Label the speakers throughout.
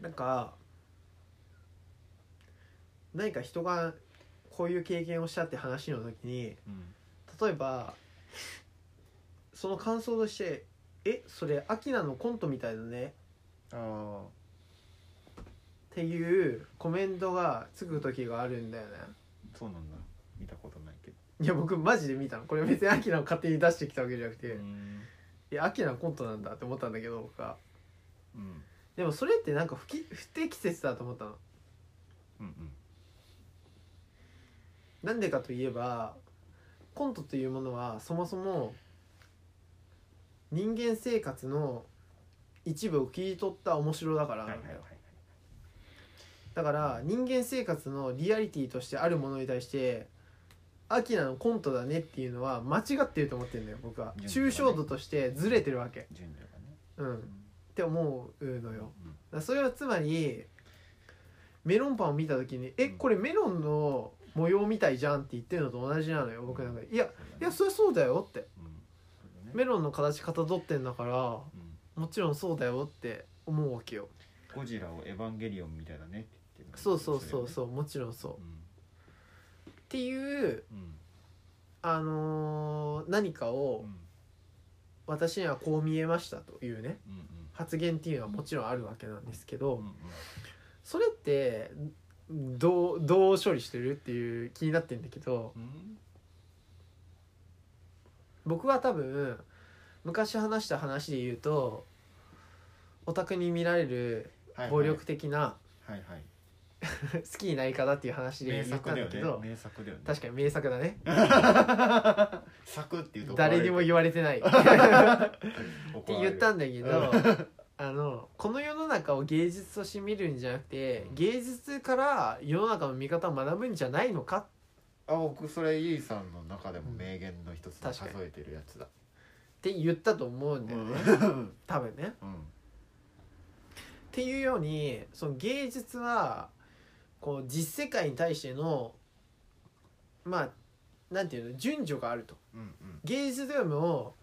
Speaker 1: なんか何か人がこういう経験をしたって話の時に
Speaker 2: うん
Speaker 1: 例えばその感想として「えそれアキナのコントみたいだね」
Speaker 2: あ
Speaker 1: っていうコメントがつく時があるんだよね
Speaker 2: あそうなんだ見たことないけど
Speaker 1: いや僕マジで見たのこれ別にアキナを勝手に出してきたわけじゃなくて、
Speaker 2: う
Speaker 1: い
Speaker 2: ん
Speaker 1: やアキナのコントなんだって思ったんだけど僕は
Speaker 2: うん
Speaker 1: でもそれってなんか不き不適切だと思ったの
Speaker 2: うんうん
Speaker 1: なんでかといえばコントというものはそもそも人間生活の一部を切り取った面白だから、
Speaker 2: はいはいはいはい
Speaker 1: だから人間生活のリアリティとしてあるものに対してアキナのコントだねっていうのは間違ってると思ってるんだよ僕は、
Speaker 2: いや
Speaker 1: 抽象度としてずれてるわけ、
Speaker 2: 順序がね
Speaker 1: うん、っ
Speaker 2: ん
Speaker 1: て思うのよ
Speaker 2: うん
Speaker 1: だからそれはつまりメロンパンを見た時に「え
Speaker 2: うん
Speaker 1: これメロンの模様みたいじゃん」って言ってるのと同じなのよ僕なんかいや
Speaker 2: そう
Speaker 1: い
Speaker 2: だ
Speaker 1: や
Speaker 2: ね
Speaker 1: そりゃそうだよって
Speaker 2: うんそうだね
Speaker 1: メロンの形かたどってんだから
Speaker 2: うん
Speaker 1: もちろんそうだよって思うわけよ
Speaker 2: ゴジラをエヴァンゲリオンみたいだねって言ってる
Speaker 1: そうそうそう
Speaker 2: う
Speaker 1: そうもちろんそう
Speaker 2: うん
Speaker 1: っていう
Speaker 2: うん
Speaker 1: あのー何か
Speaker 2: う
Speaker 1: を
Speaker 2: ん
Speaker 1: 私にはこう見えましたというね
Speaker 2: うんうん
Speaker 1: 発言っていうのはもちろんあるわけなんですけど
Speaker 2: うんうん
Speaker 1: それってどうどう処理してるっていう気になってんだけど
Speaker 2: うん
Speaker 1: 僕は多分昔話した話で言うとオタクに見られる
Speaker 2: はいはい
Speaker 1: 暴力的な
Speaker 2: はいはい
Speaker 1: 好きになり方っていう話で言っ
Speaker 2: 名
Speaker 1: たん
Speaker 2: 作だ
Speaker 1: だ
Speaker 2: よ
Speaker 1: け
Speaker 2: ね
Speaker 1: ど
Speaker 2: 名作だよね
Speaker 1: 確かに名作だね
Speaker 2: かに作っていうと
Speaker 1: 誰にも
Speaker 2: 言
Speaker 1: 言われて ないって
Speaker 2: って
Speaker 1: 言ったんだけどあのこの世の中を芸術として見るんじゃなくて
Speaker 2: うん
Speaker 1: 芸術から世の中の見方を学ぶんじゃないのかっ
Speaker 2: あ僕それゆいさんの中でも名言の一つで
Speaker 1: 確か
Speaker 2: 数
Speaker 1: に
Speaker 2: えてるやつだ
Speaker 1: て言ったと思うん
Speaker 2: う
Speaker 1: だよ
Speaker 2: ん
Speaker 1: ね多分ね。
Speaker 2: うん
Speaker 1: っていうようにその芸術はこう実世界に対してのまあなんていうの順序があると
Speaker 2: うん
Speaker 1: 芸術よりも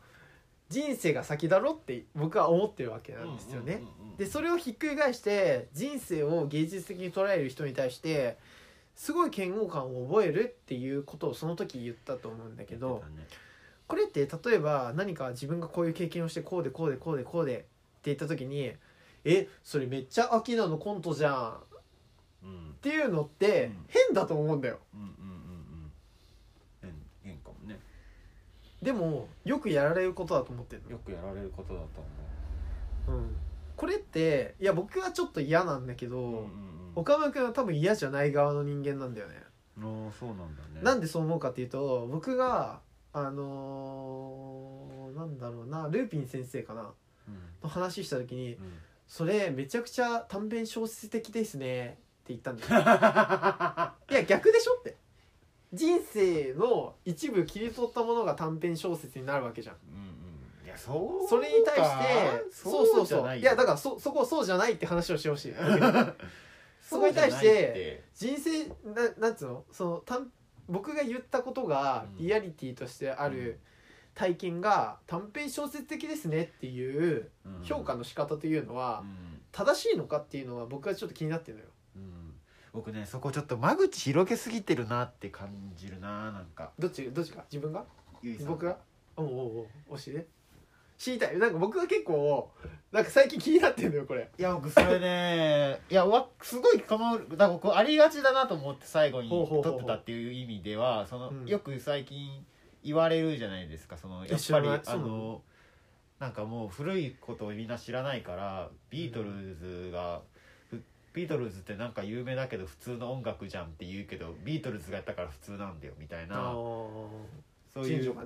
Speaker 1: 人生が先だろって僕は思ってるわけ
Speaker 2: う
Speaker 1: なんんですよね。
Speaker 2: うんうんうん
Speaker 1: でそれをひっくり返して人生を芸術的に捉える人に対してすごい嫌悪感を覚えるっていうことをその時言ったと思うんだけど
Speaker 2: 言って
Speaker 1: これって例えば何か自分がこういう経験をしてこうでこうでこうでこうでって言った時に「えそれめっちゃアキナのコントじゃん」った
Speaker 2: ねうん
Speaker 1: ていうのって
Speaker 2: うん
Speaker 1: 変だと思うんだよ。
Speaker 2: うんうんうんうん変かもね
Speaker 1: でもよくやられることだと思ってるの
Speaker 2: よくやられることだと思
Speaker 1: うん、これっていや僕はちょっと嫌なんだけど、
Speaker 2: ううんうん
Speaker 1: 岡村君は多分嫌じゃない側の人間なんだよね。
Speaker 2: うんああそうなんだね
Speaker 1: なんでそう思うかっていうと僕があのーなんだろうなルーピン先生かな
Speaker 2: うん
Speaker 1: の話した時に
Speaker 2: うん
Speaker 1: 「それめちゃくちゃ短編小説的ですね」って言ったん だよいや逆でしょって人生の一部切り取ったものが短編小説になるわけじゃん
Speaker 2: うんうんいやそう
Speaker 1: それに対してそうそうそういやだ
Speaker 2: か
Speaker 1: からそそこそうじゃないって話をしてほし いそこ
Speaker 2: う
Speaker 1: に
Speaker 2: じゃ
Speaker 1: 対
Speaker 2: な
Speaker 1: し
Speaker 2: いって
Speaker 1: 人生ななんつうのその短僕が言ったことが
Speaker 2: うん
Speaker 1: リアリティとしてある体験が短編小説的ですねっていう
Speaker 2: うん
Speaker 1: 評価の仕方というのは
Speaker 2: うん
Speaker 1: 正しいのかっていうのは僕はちょっと気になってるのよ。
Speaker 2: うん僕ねそこちょっと間口広げすぎてるなって感じるななんか
Speaker 1: どっちどっちか自分が
Speaker 2: ゆいさん
Speaker 1: 僕がおうおうおう教えて知りたいなんか僕が結構なんか最近気になってるのよこれ。
Speaker 2: いや僕そ れねいやわすごいこのだから僕ありがちだなと思って最後に
Speaker 1: ほうほうほうほう
Speaker 2: 撮ってたっていう意味ではその、
Speaker 1: うん
Speaker 2: よく最近言われるじゃないですかその
Speaker 1: え
Speaker 2: やっ
Speaker 1: 知
Speaker 2: ぱ
Speaker 1: ら
Speaker 2: り
Speaker 1: ない
Speaker 2: あ
Speaker 1: そうな
Speaker 2: の
Speaker 1: の
Speaker 2: なんかもう古いことをみんな知らないからビートルズが、ふビートルズってなんか有名だけど普通の音楽じゃんって言うけどビートルズがやったから普通なんだよみたい
Speaker 1: あ
Speaker 2: なそう
Speaker 1: ー
Speaker 2: い
Speaker 1: 順
Speaker 2: う
Speaker 1: 序が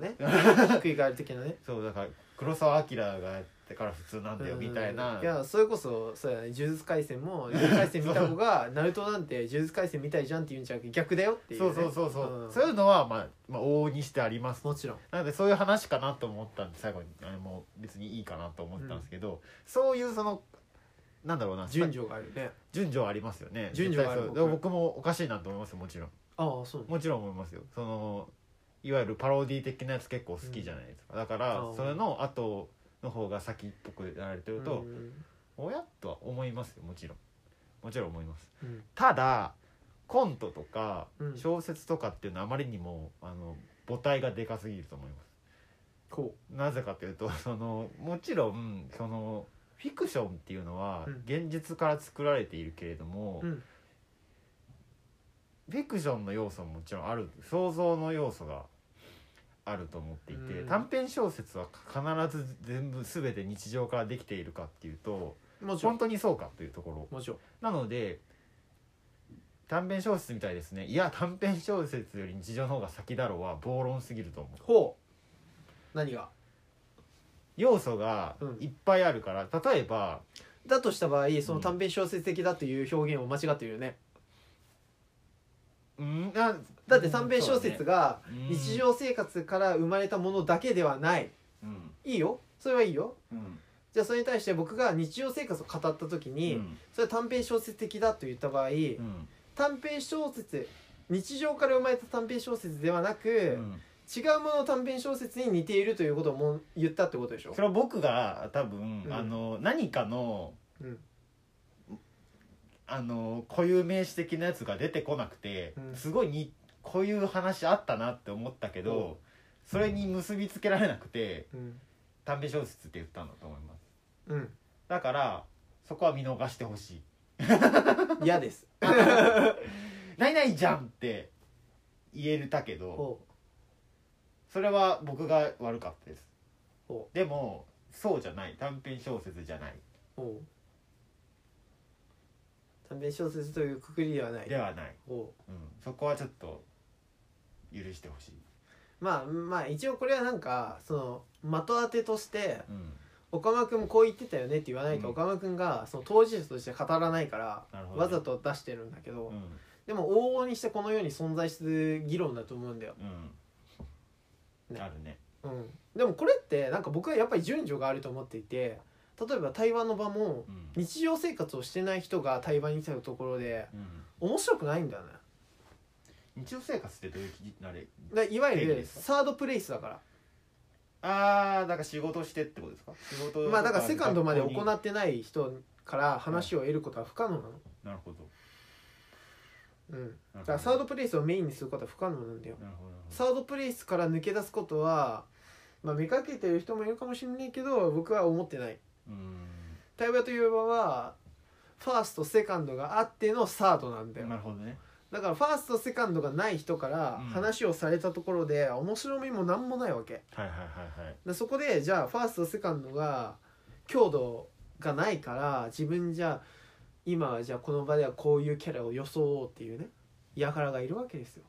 Speaker 1: ねひっくり返る的なね。
Speaker 2: そうだから黒澤明がやってから普通なんだよみたいな
Speaker 1: うんいやそれこそそうやね「呪術廻戦」も「呪術廻戦」見た子 が「ナルトなんて呪術廻戦みたいじゃん」って言うんじゃなくて逆だよっていう、
Speaker 2: そ
Speaker 1: ね、
Speaker 2: うそうそうそう、
Speaker 1: ん
Speaker 2: そういうのは、まあ、まあ往々にしてあります
Speaker 1: もちろん
Speaker 2: なのでそういう話かなと思ったんで最後にあれも別にいいかなと思ったんですけど、そういうそのなんだろうな
Speaker 1: 順
Speaker 2: さ
Speaker 1: 序があるね
Speaker 2: 順序はありますよね
Speaker 1: 順序がある
Speaker 2: 絶対そうで
Speaker 1: 僕
Speaker 2: 僕もおかしいなと思いますもちろん
Speaker 1: ああそうね
Speaker 2: もちろん思いますよそのいわゆるパロディ的なやつ結構好きじゃないですか、だから
Speaker 1: うん
Speaker 2: それの後の方が先っぽくやられてると、
Speaker 1: うん
Speaker 2: おやとは思いますよもちろんもちろん思います
Speaker 1: うん
Speaker 2: ただコントとか
Speaker 1: うん
Speaker 2: 小説とかっていうのはあまりにもあの母体がでかすぎると思います
Speaker 1: こ
Speaker 2: なぜかというと そのもちろんそのフィクションっていうのは
Speaker 1: うん
Speaker 2: 現実から作られているけれども、
Speaker 1: う、うん、
Speaker 2: フィクションの要素ももちろんある想像の要素があると思っていて、
Speaker 1: うん
Speaker 2: 短編小説は必ず全部全て日常からできているかっていうと
Speaker 1: もちろ
Speaker 2: 本
Speaker 1: ん
Speaker 2: 当にそうかというところ
Speaker 1: もちろん
Speaker 2: なので短編小説みたいですねいや短編小説より日常の方が先だろうは暴論すぎると思う
Speaker 1: ほう何が
Speaker 2: 要素がいっぱいあるから、例えば
Speaker 1: だとした場合その
Speaker 2: うん
Speaker 1: 短編小説的だという表現を間違ってるよね、
Speaker 2: うんあ
Speaker 1: だって短編小説が
Speaker 2: そうだねうん
Speaker 1: 日常生活から生まれたものだけではない
Speaker 2: うん
Speaker 1: いいよそれはいいよ
Speaker 2: うん
Speaker 1: じゃあそれに対して僕が日常生活を語った時に、
Speaker 2: うん
Speaker 1: それは短編小説的だと言った場合、
Speaker 2: うん
Speaker 1: 短編小説日常から生まれた短編小説ではなく、
Speaker 2: うん
Speaker 1: 違うものの短編小説に似ているということをもう言ったってことでしょ
Speaker 2: それは僕が多分、
Speaker 1: うん
Speaker 2: あの何かの
Speaker 1: うん
Speaker 2: あの固有名詞的なやつが出てこなくて、
Speaker 1: うん
Speaker 2: すごいにこういう話あったなって思ったけ
Speaker 1: うん
Speaker 2: ど、それに結びつけられなくて
Speaker 1: うん、
Speaker 2: 短編小説って言ったんだと思います
Speaker 1: うん、
Speaker 2: だからそこは見逃してほしい
Speaker 1: 嫌 です
Speaker 2: 「ないないじゃん!」って言えたけど
Speaker 1: ほ
Speaker 2: それは僕が悪かったです
Speaker 1: うほ
Speaker 2: でもそうじゃない短編小説じゃないう
Speaker 1: ほう短編小説というくくりではない
Speaker 2: ではない、
Speaker 1: ほ
Speaker 2: うん、そこはちょっと許してほしい、
Speaker 1: うまあまあ一応これはなんかその的当てとして
Speaker 2: うん、
Speaker 1: 岡村君もこう言ってたよねって言わないと、
Speaker 2: うん
Speaker 1: 岡村君がその当事者として語らないから
Speaker 2: なるほどね
Speaker 1: わざと出してるんだけど、
Speaker 2: うん
Speaker 1: でも往々にしてこの世に存在する議論だと思うんだよ、
Speaker 2: うん
Speaker 1: ね
Speaker 2: あるね
Speaker 1: うん、でもこれってなんか僕はやっぱり順序があると思っていて例えば対話の場も
Speaker 2: うん
Speaker 1: 日常生活をしてない人が対話に来たところで
Speaker 2: うん
Speaker 1: 面白くないんだよね
Speaker 2: 日常生活ってどういう気になれ
Speaker 1: だいわゆ
Speaker 2: 定義
Speaker 1: る
Speaker 2: ですか
Speaker 1: サードプレイスだから
Speaker 2: ああだから仕事してってことですか仕事と
Speaker 1: まあだからセカンドまで
Speaker 2: 学校
Speaker 1: 行
Speaker 2: に
Speaker 1: ってない人から話を得ることは不可能なの、
Speaker 2: なるほど
Speaker 1: うん、
Speaker 2: なるほど
Speaker 1: だからサードプレイスをメインにすることは不可能なんだよ
Speaker 2: なるほどなるほど
Speaker 1: サードプレイスから抜け出すことは、まあ、見かけてる人もいるかもしれないけど僕は思ってないう
Speaker 2: ーん
Speaker 1: 対話という場はファーストセカンドがあってのサードなんだよ
Speaker 2: なるほどね
Speaker 1: だからファーストセカンドがない人から
Speaker 2: うん
Speaker 1: 話をされたところで面白みも何もないわけ
Speaker 2: はいはいはいはい
Speaker 1: でそこでじゃあファーストセカンドが強度がないから自分じゃ今はじゃあこの場ではこういうキャラを装おうっていうね輩がいるわけですよ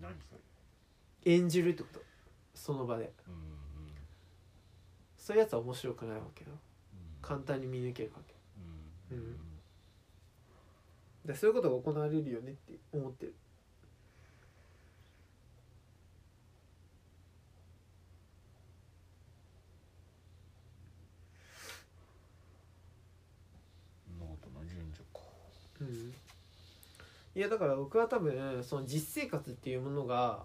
Speaker 2: 何それ
Speaker 1: 演じるってことその場で
Speaker 2: うーん
Speaker 1: そういうやつは面白くないわけよ
Speaker 2: うん
Speaker 1: 簡単に見抜けるわけ
Speaker 2: うん
Speaker 1: うんでそういうことが行われるよねって思ってる
Speaker 2: ノートの順序か
Speaker 1: うんいやだから僕は多分その実生活っていうものが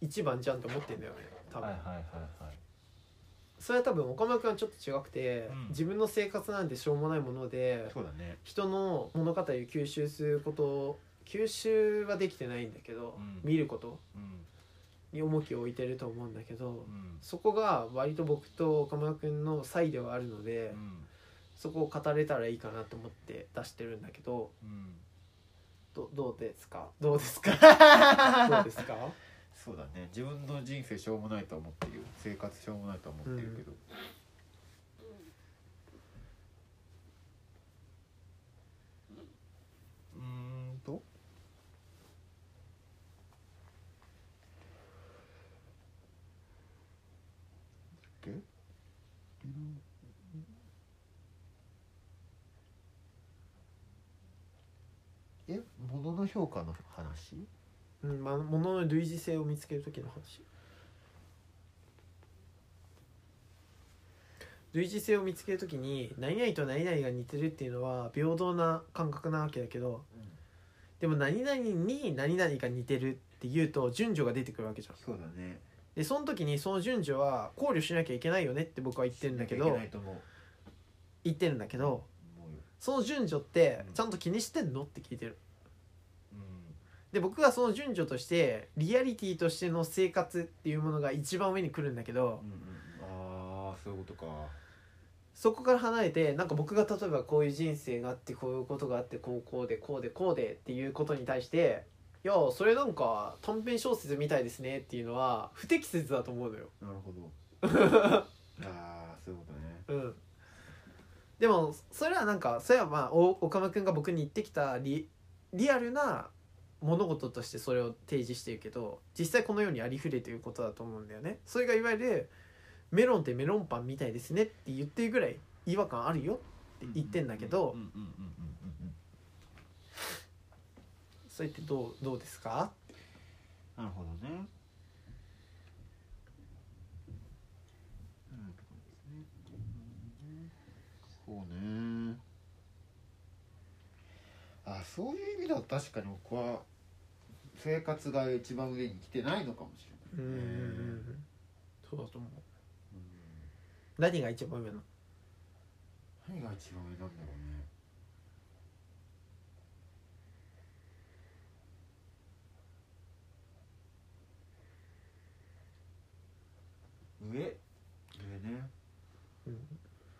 Speaker 1: 一番じゃんって思ってんだよね多分、
Speaker 2: はいはいはいはい
Speaker 1: それは多分岡村君はちょっと違くて、
Speaker 2: うん
Speaker 1: 自分の生活なんてしょうもないもので
Speaker 2: そうだね
Speaker 1: 人の物語を吸収することを吸収はできてないんだけど、
Speaker 2: うん
Speaker 1: 見ること
Speaker 2: うん
Speaker 1: に重きを置いてると思うんだけど、
Speaker 2: うん
Speaker 1: そこが割と僕と岡村君の差異ではあるので、
Speaker 2: うん
Speaker 1: そこを語れたらいいかなと思って出してるんだけど
Speaker 2: うん
Speaker 1: どどうですかどうですかどうですか
Speaker 2: そうだね自分の人生しょうもないと思っている生活しょうもないと思っているけど、うーんとだっけえ物の評価の話
Speaker 1: うん、ま、ものの類似性を見つける時の話類似性を見つける時に何々と何々が似てるっていうのは平等な感覚なわけだけど、
Speaker 2: うん
Speaker 1: でも何々に何々が似てるっていうと順序が出てくるわけじゃん
Speaker 2: そうだね
Speaker 1: でその時にその順序は考慮しなきゃいけないよねって僕は言ってるんだけど
Speaker 2: と思う
Speaker 1: 言ってるんだけど
Speaker 2: 思うよ
Speaker 1: その順序って
Speaker 2: うん
Speaker 1: ちゃんと気にしてんのって聞いてる
Speaker 2: うん
Speaker 1: で僕はその順序としてリアリティとしての生活っていうものが一番上に来るんだけど
Speaker 2: うんうんああそういうことか
Speaker 1: そこから離れてなんか僕が例えばこういう人生があってこういうことがあってこうこうでこうでこうでっていうことに対していやそれなんか短編小説みたいですねっていうのは不適切だと思うのよ。
Speaker 2: なるほ どああそういうことね
Speaker 1: うん、でもそれはなんかそれはまあお岡間君が僕に言ってきたリリアルな物事としてそれを提示してるけど実際この世にありふれてることだと思うんだよね。それがいわゆるメロンってメロンパンみたいですねって言ってるぐらい違和感あるよって言ってんだけど。
Speaker 2: うんうんうんうんうん
Speaker 1: それってどうどうですか
Speaker 2: なるほどね。うんそうね。あ、そういう意味だと確かに僕は生活が一番上に来てないのかもしれな
Speaker 1: う
Speaker 2: い。
Speaker 1: んうんうんそうだと思う何が一番上なの
Speaker 2: 何が一番上なんだろうね。上上ね。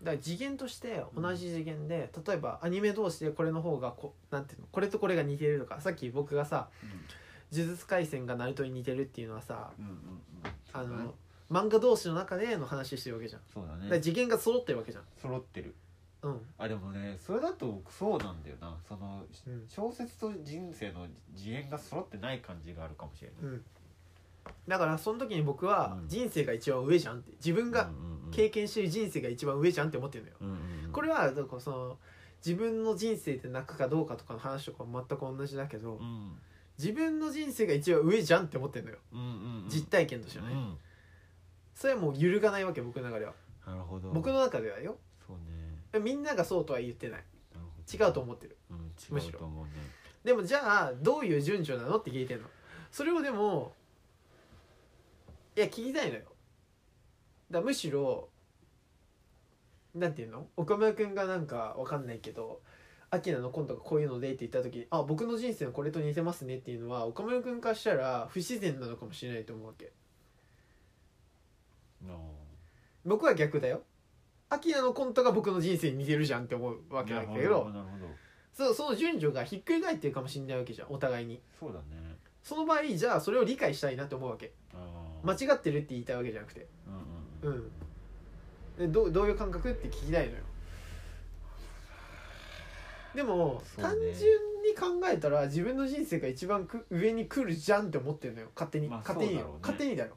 Speaker 1: だから次元として同じ次元で、例えばアニメ同士でこれの方がこなんていうのこれとこれが似てるとかさっき僕がさ「呪術廻戦」がナルトに似てるっていうのはさ
Speaker 2: うんうんうんうん。
Speaker 1: あの、
Speaker 2: ね
Speaker 1: 漫画同士の中での話してるわけじゃんだ
Speaker 2: そうだ
Speaker 1: から
Speaker 2: ね。
Speaker 1: 次元が揃ってるわけじゃん
Speaker 2: 揃ってる。
Speaker 1: うん
Speaker 2: あでもねそれだと僕そうなんだよなその
Speaker 1: うん
Speaker 2: 小説と人生の次元が揃ってない感じがあるかもしれない。
Speaker 1: うんだからその時に僕は
Speaker 2: うん
Speaker 1: 人生が一番上じゃんって自分が
Speaker 2: うんうんうん
Speaker 1: 経験してる人生が一番上じゃんって思ってるのよ
Speaker 2: うんうんうん
Speaker 1: これはなんかその自分の人生で泣くかどうかとかの話とかも全く同じだけど、
Speaker 2: うん
Speaker 1: 自分の人生が一番上じゃんって思ってんのよ、
Speaker 2: うんうんうん
Speaker 1: 実体験としてはね、
Speaker 2: うん
Speaker 1: それはもう揺るがないわけ僕の中では、
Speaker 2: なるほど。
Speaker 1: 僕の中ではよ
Speaker 2: そうね。
Speaker 1: みんながそうとは言ってない
Speaker 2: なるほ
Speaker 1: 違
Speaker 2: ど
Speaker 1: うと思ってる
Speaker 2: うん
Speaker 1: む
Speaker 2: 違
Speaker 1: し
Speaker 2: う
Speaker 1: ろ
Speaker 2: と思うね。
Speaker 1: でもじゃあどういう順序なのって聞いてんのそれをでもいや聞きたいのよだからむしろなんていうの岡村君がなんかわかんないけど「アキナのコントがこういうので」って言った時に「あ僕の人生はこれと似てますね」っていうのは岡村君からしたら不自然なのかもしれないと思うわけ
Speaker 2: な
Speaker 1: 僕は逆だよアキナのコントが僕の人生に似てるじゃんって思う
Speaker 2: あ
Speaker 1: わけだ
Speaker 2: な
Speaker 1: け
Speaker 2: るほど
Speaker 1: ど
Speaker 2: なるほど。
Speaker 1: そうその順序がひっくり返ってるかもしれないわけじゃんお互いに
Speaker 2: そうだね。
Speaker 1: その場合じゃあそれを理解したいなって思うわけ
Speaker 2: あー
Speaker 1: 間違ってるって言いたいわけじゃなくて
Speaker 2: うんうん
Speaker 1: うんでどうどういう感覚って聞きたいのよでも、
Speaker 2: そうね
Speaker 1: 単純に考えたら自分の人生が一番く上に来るじゃんって思ってるのよ勝手に、
Speaker 2: まあ
Speaker 1: 勝手によ
Speaker 2: そうだろうね
Speaker 1: 勝手にだろ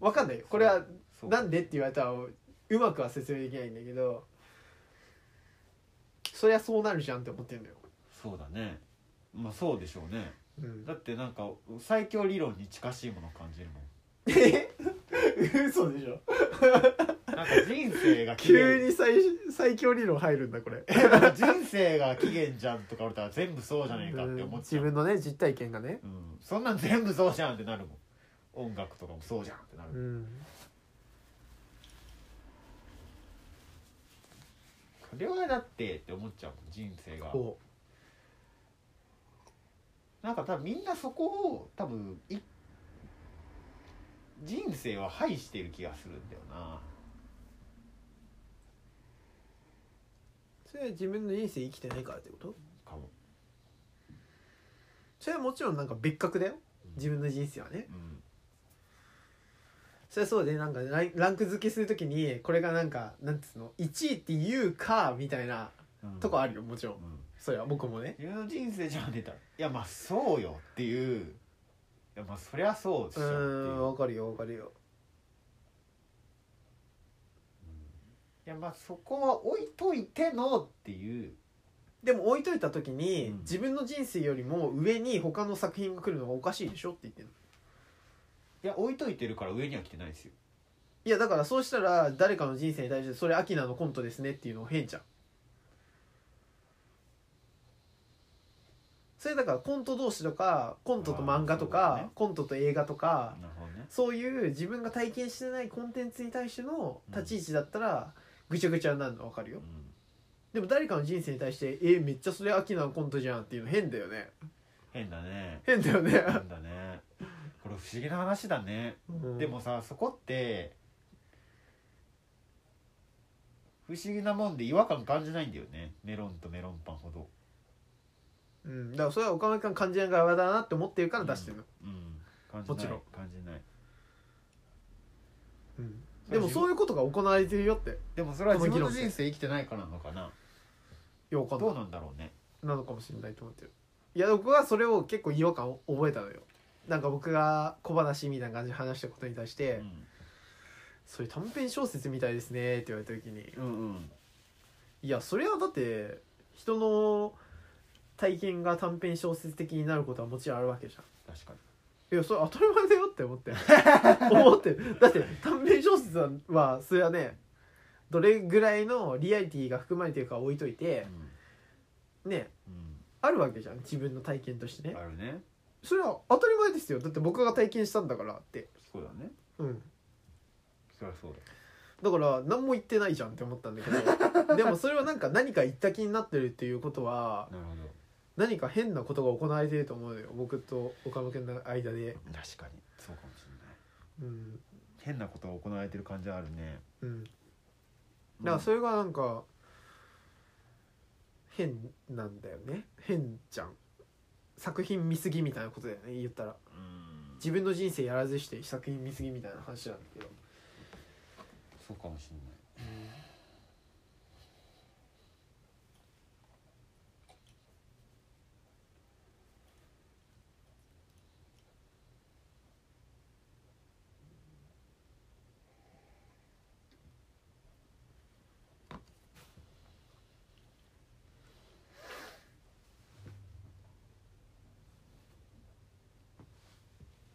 Speaker 2: うん。
Speaker 1: わかんないよこれは
Speaker 2: そう
Speaker 1: なんでって言われたらうまくは説明できないんだけどそりゃそうなるじゃんって思ってるのよ、
Speaker 2: そうだね。まあそうでしょうね。
Speaker 1: うん
Speaker 2: だ、ってなんか最強理論に近しいものを感じるもん。
Speaker 1: え 嘘でしょ
Speaker 2: なんか人生が起源
Speaker 1: 急に最最強理論入るんだこれ
Speaker 2: 人生が起源じゃんとか俺たら全部そうじゃねえかって思っち
Speaker 1: 自
Speaker 2: ゃう、
Speaker 1: 分のね実体験がね
Speaker 2: うん、そんなん全部そうじゃんってなるもん音楽とかもそうじゃんってなる、
Speaker 1: うん
Speaker 2: これはだってって思っちゃうもん人生が
Speaker 1: こ
Speaker 2: なんか多分みんなそこを多分い人生は排してる気がするんだよな
Speaker 1: うそれは自分の人生生きてないからってこと
Speaker 2: かも、
Speaker 1: それはもちろんなんか別格だよ自分の人生はね
Speaker 2: うん、
Speaker 1: それはそうでなんかラインランク付けするときにこれがなんかなんつうの1位って言うかみたいな
Speaker 2: うん
Speaker 1: とこあるよもちろ
Speaker 2: うんん
Speaker 1: それは僕もね
Speaker 2: 自分の人生じゃんって言ったらいやまあそうよっていういやまあそりゃそうでし
Speaker 1: う
Speaker 2: ょって
Speaker 1: ー
Speaker 2: い
Speaker 1: ん
Speaker 2: う
Speaker 1: わかるよわかるよ
Speaker 2: いやまあそこは置いといてのっていう
Speaker 1: でも置いといた時に、
Speaker 2: うん
Speaker 1: 自分の人生よりも上に他の作品が来るのがおかしいでしょって言ってる
Speaker 2: いや置いといてるから上には来てないですよ
Speaker 1: いやだからそうしたら誰かの人生に対してそれアキナのコントですねっていうのも変じゃんそれだからコント同士とかコントと漫画と
Speaker 2: あー
Speaker 1: か、
Speaker 2: そうだね
Speaker 1: コントと映画とか
Speaker 2: なるほどね
Speaker 1: そういう自分が体験してないコンテンツに対しての立ち位置だったらぐちゃぐちゃになるの分かるよ
Speaker 2: うん
Speaker 1: でも誰かの人生に対して「えめっちゃそれアキナのコントじゃん」っていうの変だよね
Speaker 2: 変だね
Speaker 1: 変だよね、
Speaker 2: 変だねこれ不思議な話だね
Speaker 1: うん
Speaker 2: でもさそこって不思議なもんで違和感感じないんだよねメロンとメロンパンほど
Speaker 1: うん、だからそれは岡村君感じない側だなって思ってるから出してるの、
Speaker 2: うん感じない
Speaker 1: もちろん
Speaker 2: 感じない
Speaker 1: うんでもそういうことが行われてるよって
Speaker 2: でもそれは自分
Speaker 1: こ
Speaker 2: の
Speaker 1: の議論
Speaker 2: 人生生きてないからなのかな
Speaker 1: ようかんな
Speaker 2: ど
Speaker 1: い
Speaker 2: うなんだろうね
Speaker 1: なのかもしれないと思ってるいや僕はそれを結構違和感を覚えたのよなんか僕が小話みたいな感じで話したことに対して「
Speaker 2: うん
Speaker 1: そういう短編小説みたいですね」って言われた時に
Speaker 2: うんうん
Speaker 1: いやそれはだって人の体験が短編小説的になることはもちろんあるわけじゃん
Speaker 2: 確かに
Speaker 1: いやそれ当たり前だよって思って 思ってるだって短編小説はそれはねどれぐらいのリアリティが含まれてるかは置いといてね
Speaker 2: うん
Speaker 1: あるわけじゃん自分の体験として
Speaker 2: うん
Speaker 1: ね
Speaker 2: あるね
Speaker 1: それは当たり前ですよだって僕が体験したんだからって
Speaker 2: そうだね
Speaker 1: うん
Speaker 2: そりゃそう
Speaker 1: だ
Speaker 2: だ
Speaker 1: から何も言ってないじゃんって思ったんだけ どでもそれはなんか何か言った気になってるっていうことは
Speaker 2: なるほど
Speaker 1: 何か変なことが行われてると思うのよ僕と岡村君の間で
Speaker 2: 確かにそうかもしれない
Speaker 1: うん
Speaker 2: 変なことが行われてる感じはあるね
Speaker 1: うんだから
Speaker 2: う
Speaker 1: それがなんか変なんだよね変じゃん作品見過ぎみたいなことだよね言ったら
Speaker 2: ん
Speaker 1: 自分の人生やらずして作品見過ぎみたいな話なんだけど
Speaker 2: そうかもしれない
Speaker 1: Mm. っ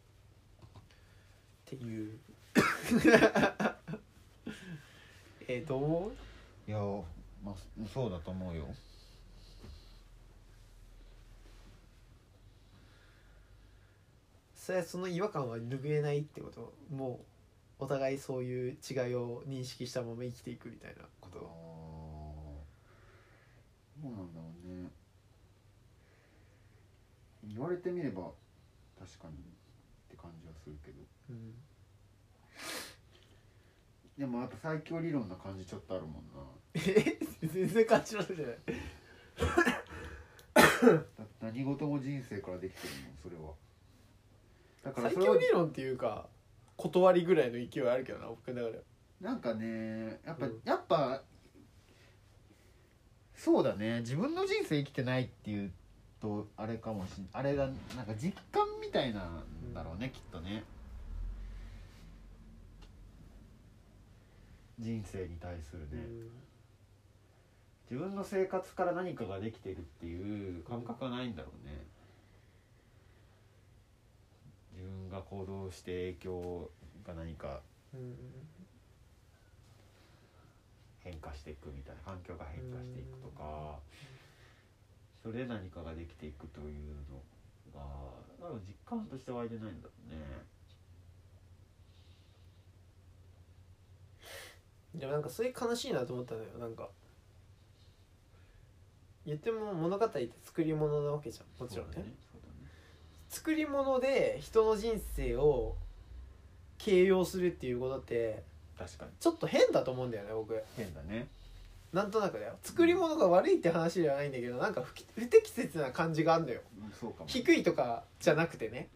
Speaker 1: ていうえーどう
Speaker 2: いやーまあそうだと思うよ
Speaker 1: それはその違和感は拭えないってこともうお互いそういう違いを認識したまま生きていくみたいなこ
Speaker 3: あー
Speaker 1: と
Speaker 3: どうなんだろうね言われてみれば確かにって感じはするけど
Speaker 1: うん
Speaker 3: でもやっぱ最強理論な感じちょっとあるもんな
Speaker 1: え全然感じられない
Speaker 3: だって何事も人生からできてるもんそれはだから
Speaker 1: 最
Speaker 3: それ
Speaker 1: 強
Speaker 3: は
Speaker 1: 理論っていうか断りぐらいの勢いあるけどな僕の中では
Speaker 3: なんかねやっぱ、
Speaker 1: うん
Speaker 3: やっぱ
Speaker 2: そうだね自分の人生生きてないっていうとあれかもしんあれだなんか実感みたいなんだろうね、きっとね人生に対するね、自分の生活から何かができてるっていう感覚はないんだろうね自分が行動して影響が何か
Speaker 1: うん
Speaker 2: 変化していくみたいな環境が変化していくとかそれで何かができていくというのが多分実感として湧いてないんだろうね
Speaker 1: でもなんかそれ悲しいなと思ったのよなんか言っても物語って作り物なわけじゃんもちろんね
Speaker 2: そうだねそうだね
Speaker 1: 作り物で人の人生を形容するっていうことって
Speaker 2: 確かに
Speaker 1: ちょっと変だと思うんだよね僕
Speaker 2: 変だね
Speaker 1: なんとなくだよ作り物が悪いって話ではないんだけどなんか不不適切な感じがあるんだよ
Speaker 3: うんそうかも
Speaker 1: 低いとかじゃなくてね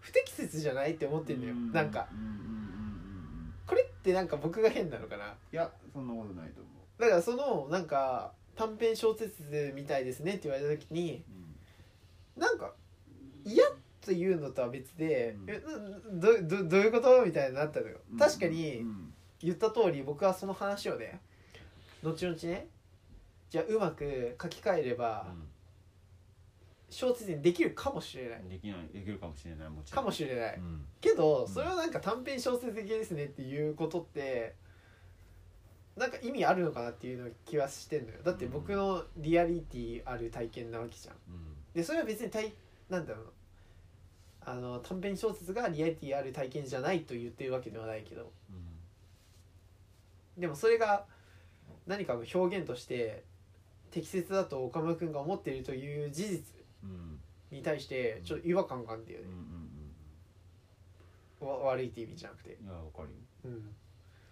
Speaker 1: 不適切じゃないって思ってんだよ
Speaker 3: う
Speaker 1: なんか
Speaker 3: うんうんうんうんうん
Speaker 1: これってなんか僕が変なのかない
Speaker 3: やそんなことないと思
Speaker 1: だからそのなんか短編小説みたいですねって言われた時に
Speaker 3: う、う
Speaker 1: なんか嫌というのとは別で、
Speaker 3: うん
Speaker 1: えなどどどういうことみたいになったのよ、
Speaker 3: ん
Speaker 1: 確か
Speaker 3: う
Speaker 1: に
Speaker 3: ん
Speaker 1: 言った通り僕はその話をね後々ねじゃあうまく書き換えれば小説にできるかもしれない
Speaker 2: うんできないできるかもしれないもちろ
Speaker 1: か
Speaker 2: ん
Speaker 1: もしれない
Speaker 2: うん
Speaker 1: けどそれはなんか短編小説的ですねっていうことってなんか意味あるのかなっていうの気はしてんのよだって僕のリアリティある体験なわけじゃん
Speaker 2: うん
Speaker 1: でそれは別に体なんだろうあの短編小説がリアリティある体験じゃないと言ってるわけではないけど
Speaker 2: うん
Speaker 1: でもそれが何かの表現として適切だと岡村君が思っているという事実
Speaker 2: うん
Speaker 1: に対してちょっと違和感があるんだよ
Speaker 2: うんう
Speaker 1: ね、
Speaker 2: ん
Speaker 1: わ悪いって意味じゃなくて、
Speaker 2: うんいやわかるよ、
Speaker 1: うん、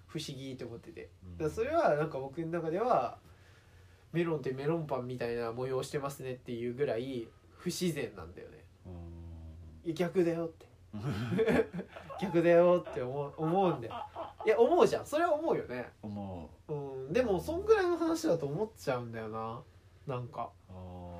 Speaker 1: 不思議って思ってて
Speaker 2: うん
Speaker 1: だからそれはなんか僕の中ではメロンってメロンパンみたいな模様してますねっていうぐらい不自然なんだよね
Speaker 2: うん
Speaker 1: いや逆だよって逆だよって思う思うんだよいや思うじゃんそれは思うよね
Speaker 2: 思う
Speaker 1: うんでもそんぐらいの話だと思っちゃうんだよななんか
Speaker 2: あー